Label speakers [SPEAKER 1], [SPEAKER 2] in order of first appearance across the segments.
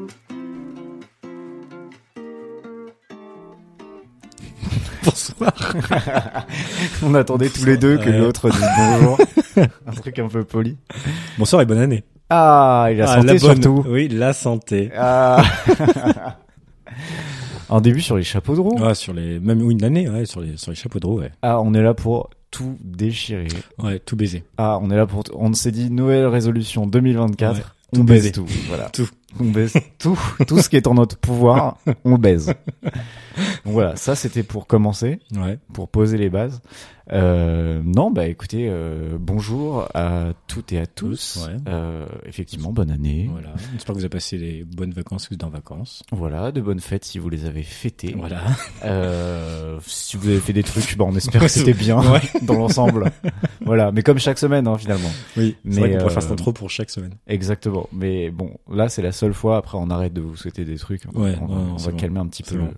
[SPEAKER 1] bonsoir.
[SPEAKER 2] On attendait tous les deux que
[SPEAKER 1] Ouais.
[SPEAKER 2] l'autre dise bonjour. un truc un peu poli.
[SPEAKER 1] Bonsoir et bonne année.
[SPEAKER 2] Ah, et la
[SPEAKER 1] Ah,
[SPEAKER 2] santé
[SPEAKER 1] bonne-
[SPEAKER 2] surtout.
[SPEAKER 1] Oui, la santé.
[SPEAKER 2] Ah. un début sur les chapeaux de roue.
[SPEAKER 1] Ouais, sur les même oui, une année, ouais, sur les sur les chapeaux de roue, ouais.
[SPEAKER 2] Ah, on est là pour tout déchirer.
[SPEAKER 1] Ouais, tout baiser.
[SPEAKER 2] Ah, on est là pour. t- On s'est dit nouvelle résolution 2024.
[SPEAKER 1] Ouais,
[SPEAKER 2] on
[SPEAKER 1] tout
[SPEAKER 2] baise
[SPEAKER 1] baiser.
[SPEAKER 2] tout. Voilà.
[SPEAKER 1] Tout.
[SPEAKER 2] On baise tout. Tout ce qui est en notre pouvoir, on le baise. Donc voilà, ça c'était pour commencer.
[SPEAKER 1] Ouais.
[SPEAKER 2] pour poser les bases. Euh, non, bah écoutez, euh, bonjour à toutes et à tous.
[SPEAKER 1] Ouais.
[SPEAKER 2] Euh, effectivement, bonne année.
[SPEAKER 1] Voilà. J'espère que vous avez passé des bonnes vacances que vous êtes en vacances.
[SPEAKER 2] Voilà, de bonnes fêtes si vous les avez fêtées.
[SPEAKER 1] Voilà.
[SPEAKER 2] Euh, si vous avez fait des trucs, bah on espère que c'était bien
[SPEAKER 1] Ouais.
[SPEAKER 2] dans l'ensemble. voilà, mais comme chaque semaine hein, finalement.
[SPEAKER 1] Oui.
[SPEAKER 2] Mais,
[SPEAKER 1] C'est vrai qu'on pourrait
[SPEAKER 2] euh,
[SPEAKER 1] faire cette intro pour chaque semaine.
[SPEAKER 2] Exactement. Mais bon, là c'est la seule fois. Après, on arrête de vous souhaiter des trucs.
[SPEAKER 1] Ouais,
[SPEAKER 2] on,
[SPEAKER 1] non,
[SPEAKER 2] on
[SPEAKER 1] non,
[SPEAKER 2] va
[SPEAKER 1] c'est bon.
[SPEAKER 2] calmer un petit peu
[SPEAKER 1] C'est
[SPEAKER 2] le,
[SPEAKER 1] bon.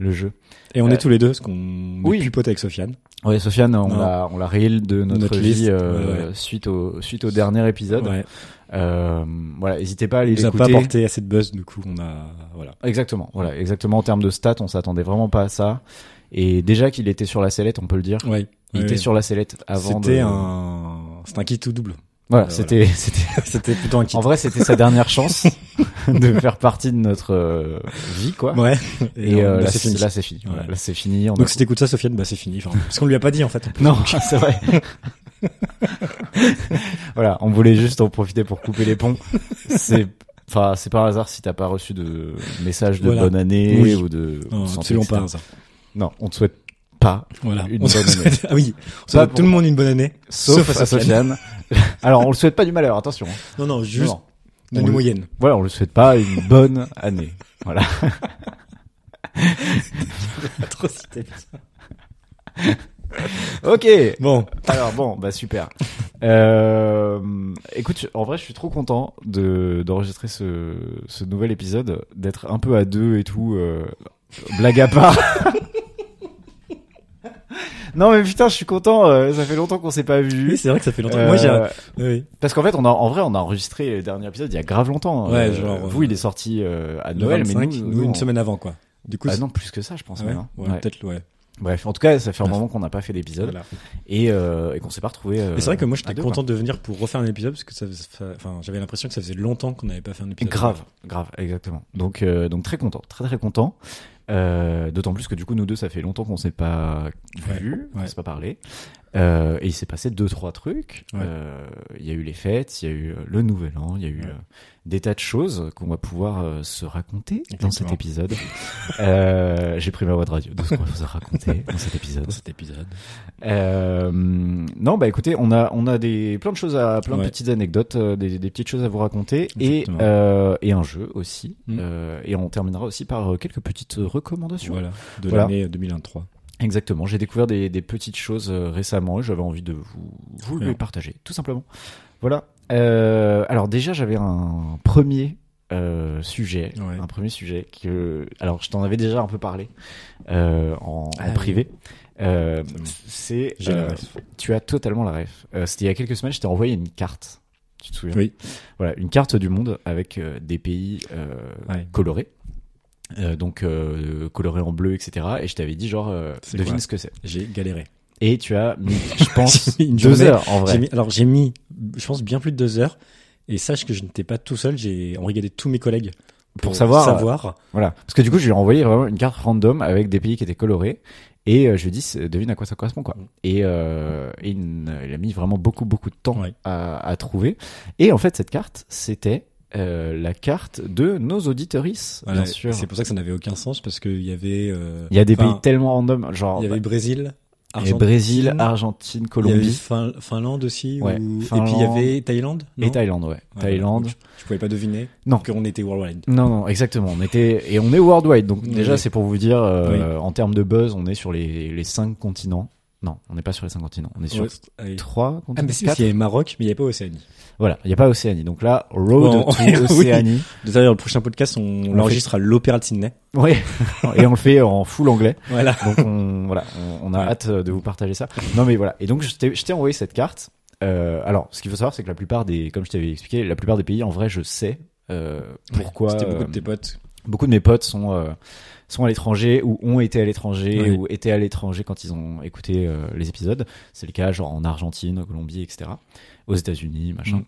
[SPEAKER 2] le jeu.
[SPEAKER 1] Et on
[SPEAKER 2] euh,
[SPEAKER 1] est tous les deux, parce qu'on
[SPEAKER 2] oui.
[SPEAKER 1] est plus potes avec Sofiane.
[SPEAKER 2] Ouais, Sofiane, on
[SPEAKER 1] Non.
[SPEAKER 2] l'a on l'a réel de notre,
[SPEAKER 1] Notre
[SPEAKER 2] vie
[SPEAKER 1] liste,
[SPEAKER 2] euh,
[SPEAKER 1] ouais, ouais.
[SPEAKER 2] suite au suite au dernier épisode.
[SPEAKER 1] Ouais.
[SPEAKER 2] Euh, voilà, n'hésitez pas à aller
[SPEAKER 1] Il nous a
[SPEAKER 2] l'écouter.
[SPEAKER 1] pas apporté assez de buzz, du coup, on a voilà.
[SPEAKER 2] Exactement, voilà, exactement en termes de stats, on s'attendait vraiment pas à ça. Et déjà qu'il était sur la sellette, on peut le dire.
[SPEAKER 1] Ouais.
[SPEAKER 2] Il était sur la sellette avant.
[SPEAKER 1] C'était
[SPEAKER 2] de...
[SPEAKER 1] un c'était un kit tout double.
[SPEAKER 2] Voilà,
[SPEAKER 1] Euh,
[SPEAKER 2] c'était, c'était.
[SPEAKER 1] C'était plutôt un kit.
[SPEAKER 2] En vrai, c'était sa dernière chance de faire partie de notre euh, vie, quoi.
[SPEAKER 1] Ouais.
[SPEAKER 2] Et,
[SPEAKER 1] on-
[SPEAKER 2] euh,
[SPEAKER 1] bah,
[SPEAKER 2] là,
[SPEAKER 1] c'est fini.
[SPEAKER 2] là, c'est fini. Voilà,
[SPEAKER 1] Ouais.
[SPEAKER 2] Là, c'est fini. On a-
[SPEAKER 1] Donc si t'écoutes ça, Sofiane, bah c'est fini. Enfin, parce qu'on lui a pas dit en fait.
[SPEAKER 2] Non, c'est vrai. voilà, on voulait juste en profiter pour couper les ponts. C'est Enfin, c'est par hasard si t'as pas reçu de message de
[SPEAKER 1] Voilà.
[SPEAKER 2] bonne année
[SPEAKER 1] Oui.
[SPEAKER 2] ou de
[SPEAKER 1] Non,
[SPEAKER 2] santé,
[SPEAKER 1] absolument
[SPEAKER 2] etc.
[SPEAKER 1] pas. Ça.
[SPEAKER 2] Non, on te souhaite pas,
[SPEAKER 1] Voilà.
[SPEAKER 2] Une
[SPEAKER 1] on se
[SPEAKER 2] bonne
[SPEAKER 1] souhaite... Ah oui. On
[SPEAKER 2] Pas
[SPEAKER 1] souhaite
[SPEAKER 2] pour-
[SPEAKER 1] tout le monde une bonne année.
[SPEAKER 2] sauf, à Sofiane. Alors, on le souhaite pas du malheur, attention. hein.
[SPEAKER 1] Non, non, juste
[SPEAKER 2] Non.
[SPEAKER 1] de
[SPEAKER 2] On
[SPEAKER 1] nous
[SPEAKER 2] lui-
[SPEAKER 1] moyenne.
[SPEAKER 2] Voilà, on le souhaite pas une bonne année. Voilà.
[SPEAKER 1] Atrocité.
[SPEAKER 2] Ok.
[SPEAKER 1] Bon.
[SPEAKER 2] Alors bon, bah super. Euh, écoute, en vrai, je suis trop content de d'enregistrer ce ce nouvel épisode, d'être un peu à deux et tout. euh, blague à part. non mais putain, je suis content. euh, ça fait longtemps qu'on s'est pas vu.
[SPEAKER 1] Oui, c'est vrai que ça fait longtemps. Moi, j'ai.
[SPEAKER 2] Euh,
[SPEAKER 1] Oui.
[SPEAKER 2] Parce qu'en fait, on a, en vrai, on a enregistré le dernier épisode il y a grave longtemps.
[SPEAKER 1] Ouais,
[SPEAKER 2] Euh,
[SPEAKER 1] genre,
[SPEAKER 2] vous,
[SPEAKER 1] euh,
[SPEAKER 2] il est sorti euh, à
[SPEAKER 1] Le
[SPEAKER 2] Noël,
[SPEAKER 1] 25,
[SPEAKER 2] mais nous,
[SPEAKER 1] nous,
[SPEAKER 2] nous, on-
[SPEAKER 1] une semaine avant, quoi. Du coup,
[SPEAKER 2] Ah
[SPEAKER 1] c'est-
[SPEAKER 2] non, plus que ça, je pense.
[SPEAKER 1] Ah ouais,
[SPEAKER 2] même, hein.
[SPEAKER 1] ouais,
[SPEAKER 2] Ouais.
[SPEAKER 1] peut-être, ouais.
[SPEAKER 2] Bref, en tout cas, ça fait un
[SPEAKER 1] Ouais.
[SPEAKER 2] moment qu'on n'a pas fait d'épisode
[SPEAKER 1] Voilà.
[SPEAKER 2] et, euh, et qu'on s'est pas retrouvé.
[SPEAKER 1] Mais c'est vrai que moi, j'étais
[SPEAKER 2] à deux,
[SPEAKER 1] content de venir pour refaire un épisode parce que ça, faisait- enfin, j'avais l'impression que ça faisait longtemps qu'on n'avait pas fait un épisode.
[SPEAKER 2] Grave, grave, exactement. Donc, euh, donc très content, très très content. Euh, D'autant plus que du coup, nous deux, ça fait longtemps qu'on s'est pas
[SPEAKER 1] Ouais,
[SPEAKER 2] vu, on
[SPEAKER 1] ouais.
[SPEAKER 2] s'est pas parlé. Euh, et il s'est passé deux trois trucs.
[SPEAKER 1] Ouais.
[SPEAKER 2] Euh, Il y a eu les fêtes, il y a eu euh, le nouvel an, il y a eu
[SPEAKER 1] Ouais.
[SPEAKER 2] euh, des tas de choses qu'on va pouvoir euh, se raconter dans
[SPEAKER 1] Exactement.
[SPEAKER 2] cet épisode. euh, J'ai pris ma voix de radio de ce qu'on va se raconter dans cet épisode.
[SPEAKER 1] Dans cet épisode.
[SPEAKER 2] Euh, non, bah écoutez, on a on a des plein de choses à plein de
[SPEAKER 1] Ouais.
[SPEAKER 2] petites anecdotes, euh, des, des petites choses à vous raconter et
[SPEAKER 1] Exactement.
[SPEAKER 2] euh, et un jeu aussi.
[SPEAKER 1] Mm.
[SPEAKER 2] Euh, et on terminera aussi par euh, quelques petites recommandations.
[SPEAKER 1] Voilà. De
[SPEAKER 2] Voilà.
[SPEAKER 1] l'année 2023.
[SPEAKER 2] Exactement. J'ai découvert des, des petites choses euh, récemment et j'avais envie de vous vous
[SPEAKER 1] Bien.
[SPEAKER 2] les partager, tout simplement. Voilà. Euh, alors déjà, j'avais un premier euh, sujet,
[SPEAKER 1] Ouais.
[SPEAKER 2] un premier sujet que alors je t'en avais déjà un peu parlé euh, en, en
[SPEAKER 1] Ah oui.
[SPEAKER 2] privé. Euh,
[SPEAKER 1] C'est bon.
[SPEAKER 2] c'est
[SPEAKER 1] J'ai la
[SPEAKER 2] euh,
[SPEAKER 1] ref.
[SPEAKER 2] tu as totalement la ref. Euh, C'était il y a quelques semaines, je t'ai envoyé une carte. Tu te souviens
[SPEAKER 1] Oui.
[SPEAKER 2] Voilà, une carte du monde avec euh, des pays euh,
[SPEAKER 1] Ouais.
[SPEAKER 2] colorés. Euh, donc euh, colorés en bleu, etc. Et je t'avais dit genre, euh,
[SPEAKER 1] C'est
[SPEAKER 2] devine
[SPEAKER 1] quoi
[SPEAKER 2] ce que c'est.
[SPEAKER 1] J'ai galéré.
[SPEAKER 2] Et tu as mis, je pense,
[SPEAKER 1] J'ai mis une
[SPEAKER 2] deux
[SPEAKER 1] journée.
[SPEAKER 2] heures en vrai.
[SPEAKER 1] J'ai mis- alors j'ai mis, je pense, bien plus de deux heures. Et sache que je n'étais pas tout seul, j'ai regardé tous mes collègues
[SPEAKER 2] Pour savoir,
[SPEAKER 1] savoir.
[SPEAKER 2] Voilà. Parce que du coup, je lui ai envoyé vraiment une carte random avec des pays qui étaient colorés. Et euh, je lui ai dit, c'est- devine à quoi ça correspond, quoi.
[SPEAKER 1] Mm.
[SPEAKER 2] Et, euh, et il, n- il a mis vraiment beaucoup, beaucoup de temps
[SPEAKER 1] Ouais.
[SPEAKER 2] à, à trouver. Et en fait, cette carte, c'était euh, la carte de nos auditorices,
[SPEAKER 1] Voilà.
[SPEAKER 2] bien sûr.
[SPEAKER 1] C'est pour ça que ça n'avait aucun sens parce qu'il y avait. euh,
[SPEAKER 2] Il y a des
[SPEAKER 1] enfin,
[SPEAKER 2] pays tellement random, genre bah,
[SPEAKER 1] Il y avait Brésil,
[SPEAKER 2] et
[SPEAKER 1] Argentine,
[SPEAKER 2] Brésil,
[SPEAKER 1] il
[SPEAKER 2] Argentine,
[SPEAKER 1] y avait
[SPEAKER 2] Colombie
[SPEAKER 1] Fin- Finlande aussi.
[SPEAKER 2] Ouais,
[SPEAKER 1] ou-
[SPEAKER 2] Finlande.
[SPEAKER 1] Et puis il y avait Thaïlande. non
[SPEAKER 2] et Thaïlande, ouais.
[SPEAKER 1] Ouais,
[SPEAKER 2] Thaïlande.
[SPEAKER 1] donc Je, je pouvais pas deviner
[SPEAKER 2] Non.
[SPEAKER 1] qu'on était worldwide.
[SPEAKER 2] Non, non, exactement. On était et on est worldwide, donc
[SPEAKER 1] Oui.
[SPEAKER 2] déjà c'est pour vous dire, euh, en termes de buzz, on est sur les, les cinq continents. Non, on n'est pas sur les cinq continents. On est sur
[SPEAKER 1] Ouais, allez.
[SPEAKER 2] trois
[SPEAKER 1] Ah
[SPEAKER 2] continents.
[SPEAKER 1] mais si, parce
[SPEAKER 2] quatre.
[SPEAKER 1] qu'il y avait Maroc, mais il n'y avait pas Océanie.
[SPEAKER 2] Voilà, il n'y a pas Océanie. Donc là, road
[SPEAKER 1] Bon,
[SPEAKER 2] to
[SPEAKER 1] oui.
[SPEAKER 2] Océanie.
[SPEAKER 1] D'ailleurs, le prochain podcast, on,
[SPEAKER 2] On
[SPEAKER 1] l'enregistre à l'Opéra de Sydney.
[SPEAKER 2] Ouais. et on le fait en full anglais.
[SPEAKER 1] Voilà.
[SPEAKER 2] Donc on, voilà, on, on a
[SPEAKER 1] Ouais.
[SPEAKER 2] hâte euh, de vous partager ça. Non mais voilà. Et donc je t'ai je t'ai envoyé cette carte. Euh, alors, ce qu'il faut savoir, c'est que la plupart des, comme je t'avais expliqué, la plupart des pays, en vrai, je sais euh, pourquoi.
[SPEAKER 1] C'était beaucoup
[SPEAKER 2] euh,
[SPEAKER 1] de tes potes
[SPEAKER 2] beaucoup de mes potes sont euh, sont à l'étranger ou ont été à l'étranger
[SPEAKER 1] Oui.
[SPEAKER 2] ou étaient à l'étranger quand ils ont écouté euh, les épisodes. C'est le cas genre en Argentine, en Colombie, etc. Aux États-Unis, machin.
[SPEAKER 1] Mm.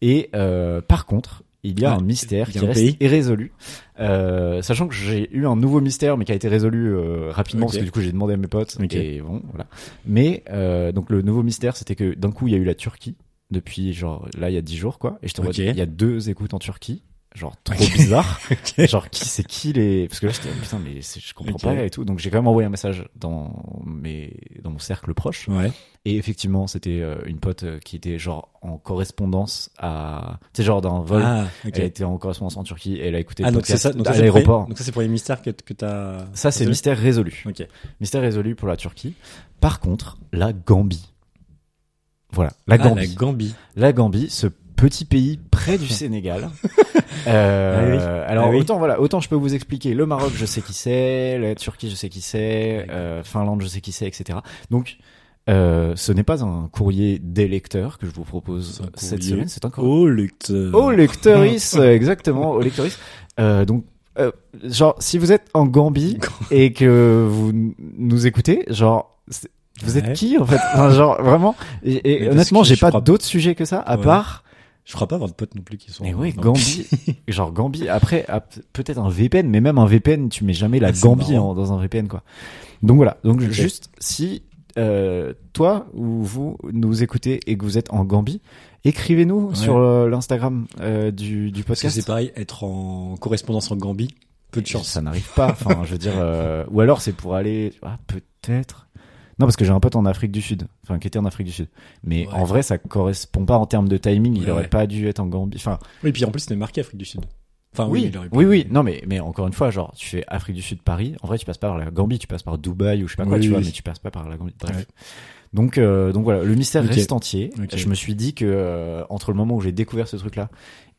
[SPEAKER 2] Et euh, par contre, il y a
[SPEAKER 1] Ah,
[SPEAKER 2] un mystère
[SPEAKER 1] il y
[SPEAKER 2] qui
[SPEAKER 1] a un
[SPEAKER 2] reste
[SPEAKER 1] pays
[SPEAKER 2] irrésolu, Euh, sachant que j'ai eu un nouveau mystère mais qui a été résolu euh, rapidement
[SPEAKER 1] Ok.
[SPEAKER 2] parce que du coup j'ai demandé à mes potes
[SPEAKER 1] Ok.
[SPEAKER 2] et bon voilà. Mais euh, donc le nouveau mystère c'était que d'un coup il y a eu la Turquie depuis genre là il y a 10 jours quoi et je te vois
[SPEAKER 1] Ok.
[SPEAKER 2] il y a deux écoutes en Turquie genre trop
[SPEAKER 1] Ok.
[SPEAKER 2] bizarre
[SPEAKER 1] Ok.
[SPEAKER 2] genre qui c'est qui les parce que là j'étais ah, putain mais c'est- je comprends
[SPEAKER 1] Ok.
[SPEAKER 2] pas et tout donc j'ai quand même envoyé un message dans mes dans mon cercle proche
[SPEAKER 1] Ouais.
[SPEAKER 2] et effectivement c'était euh, une pote euh, qui était genre en correspondance à tu sais genre d'un vol
[SPEAKER 1] Ah, ok.
[SPEAKER 2] elle était en correspondance en Turquie et elle a écouté
[SPEAKER 1] Ah,
[SPEAKER 2] le
[SPEAKER 1] donc c'est
[SPEAKER 2] podcast
[SPEAKER 1] ça. Donc ça,
[SPEAKER 2] à
[SPEAKER 1] c'est le premier-
[SPEAKER 2] l'aéroport
[SPEAKER 1] Donc ça, c'est pour les mystères que, que t'as.
[SPEAKER 2] ça c'est
[SPEAKER 1] résolu
[SPEAKER 2] mystère résolu
[SPEAKER 1] Ok.
[SPEAKER 2] mystère résolu pour la Turquie par contre la Gambie voilà la
[SPEAKER 1] Ah, la
[SPEAKER 2] Gambie
[SPEAKER 1] Gambie.
[SPEAKER 2] la Gambie, ce petit pays près du Sénégal. Euh, Alors
[SPEAKER 1] Ah oui.
[SPEAKER 2] autant voilà, autant je peux vous expliquer le Maroc, je sais qui c'est, la Turquie, je sais qui c'est, euh, Finlande, je sais qui c'est, etc. Donc euh, ce n'est pas un courrier des lecteurs que je vous propose
[SPEAKER 1] C'est un
[SPEAKER 2] cette
[SPEAKER 1] courrier
[SPEAKER 2] semaine, c'est un courrier
[SPEAKER 1] Oh, lecteur.
[SPEAKER 2] au lecteuris, euh, exactement, au lecteuris. Euh, donc euh, genre si vous êtes en Gambie et que vous n- nous écoutez, genre c'est- vous êtes
[SPEAKER 1] Ouais.
[SPEAKER 2] qui en fait Enfin, Genre vraiment. Et,
[SPEAKER 1] Mais
[SPEAKER 2] et
[SPEAKER 1] parce
[SPEAKER 2] honnêtement,
[SPEAKER 1] que
[SPEAKER 2] j'ai
[SPEAKER 1] je
[SPEAKER 2] pas
[SPEAKER 1] crois-
[SPEAKER 2] d'autres sujets que ça à
[SPEAKER 1] Ouais.
[SPEAKER 2] part.
[SPEAKER 1] Je crois pas avoir de potes non plus qui sont.
[SPEAKER 2] Mais ouais,
[SPEAKER 1] Non.
[SPEAKER 2] Gambie. genre Gambie. Après, ah, p- peut-être un VPN, mais même un VPN, tu mets jamais la
[SPEAKER 1] Ah, c'est
[SPEAKER 2] Gambie
[SPEAKER 1] marrant.
[SPEAKER 2] en- dans un VPN quoi. Donc voilà. Donc
[SPEAKER 1] Ok.
[SPEAKER 2] juste si euh, toi ou vous nous écoutez et que vous êtes en Gambie, écrivez-nous
[SPEAKER 1] Ouais.
[SPEAKER 2] sur euh, l'Instagram euh, du du
[SPEAKER 1] Parce que
[SPEAKER 2] podcast.
[SPEAKER 1] c'est pareil, être en correspondance en Gambie, peu de chance.
[SPEAKER 2] Ça n'arrive pas. Enfin, je veux dire, euh, ou alors c'est pour aller, ah, peut-être. Non, parce que j'ai un pote en Afrique du Sud, enfin qui était en Afrique du Sud. Mais
[SPEAKER 1] Ouais.
[SPEAKER 2] en vrai, ça correspond pas en termes de timing. Il
[SPEAKER 1] Ouais,
[SPEAKER 2] aurait
[SPEAKER 1] ouais.
[SPEAKER 2] pas dû être en Gambie. Enfin,
[SPEAKER 1] Oui, puis en plus, c'était marqué Afrique du Sud. Enfin, Ah oui,
[SPEAKER 2] oui,
[SPEAKER 1] il aurait pu-
[SPEAKER 2] oui, oui. Non, mais mais encore une fois, genre, tu fais Afrique du Sud, Paris. En vrai, tu passes pas par la Gambie, tu passes par Dubaï ou je sais pas quoi,
[SPEAKER 1] Oui,
[SPEAKER 2] tu vois,
[SPEAKER 1] oui.
[SPEAKER 2] mais tu passes pas par la Gambie. Bref.
[SPEAKER 1] Ouais.
[SPEAKER 2] Donc, euh, donc voilà, le mystère
[SPEAKER 1] Ok.
[SPEAKER 2] reste entier.
[SPEAKER 1] Ok.
[SPEAKER 2] Je me suis dit que euh, entre le moment où j'ai découvert ce truc-là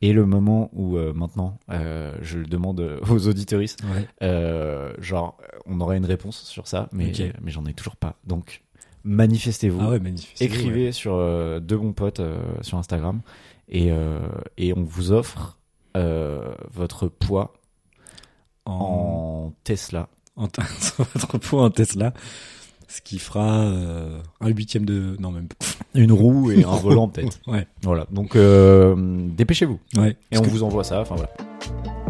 [SPEAKER 2] et le moment où euh, maintenant euh, je le demande aux auditeuristes,
[SPEAKER 1] Ouais.
[SPEAKER 2] euh, genre, on aurait une réponse sur ça, mais,
[SPEAKER 1] Ok.
[SPEAKER 2] mais j'en ai toujours pas. Donc, manifestez-vous.
[SPEAKER 1] Ah ouais, magnifique.
[SPEAKER 2] écrivez sur euh, deux bons potes euh, sur Instagram et, euh, et on vous offre euh, votre poids
[SPEAKER 1] En,
[SPEAKER 2] en Tesla.
[SPEAKER 1] en... t- sur votre poids en Tesla, ce qui fera euh, un huitième de. Non, même pas.
[SPEAKER 2] Une roue et un volant peut-être.
[SPEAKER 1] Ouais.
[SPEAKER 2] Voilà, donc euh, dépêchez-vous
[SPEAKER 1] Ouais.
[SPEAKER 2] et on vous envoie ça. Enfin voilà.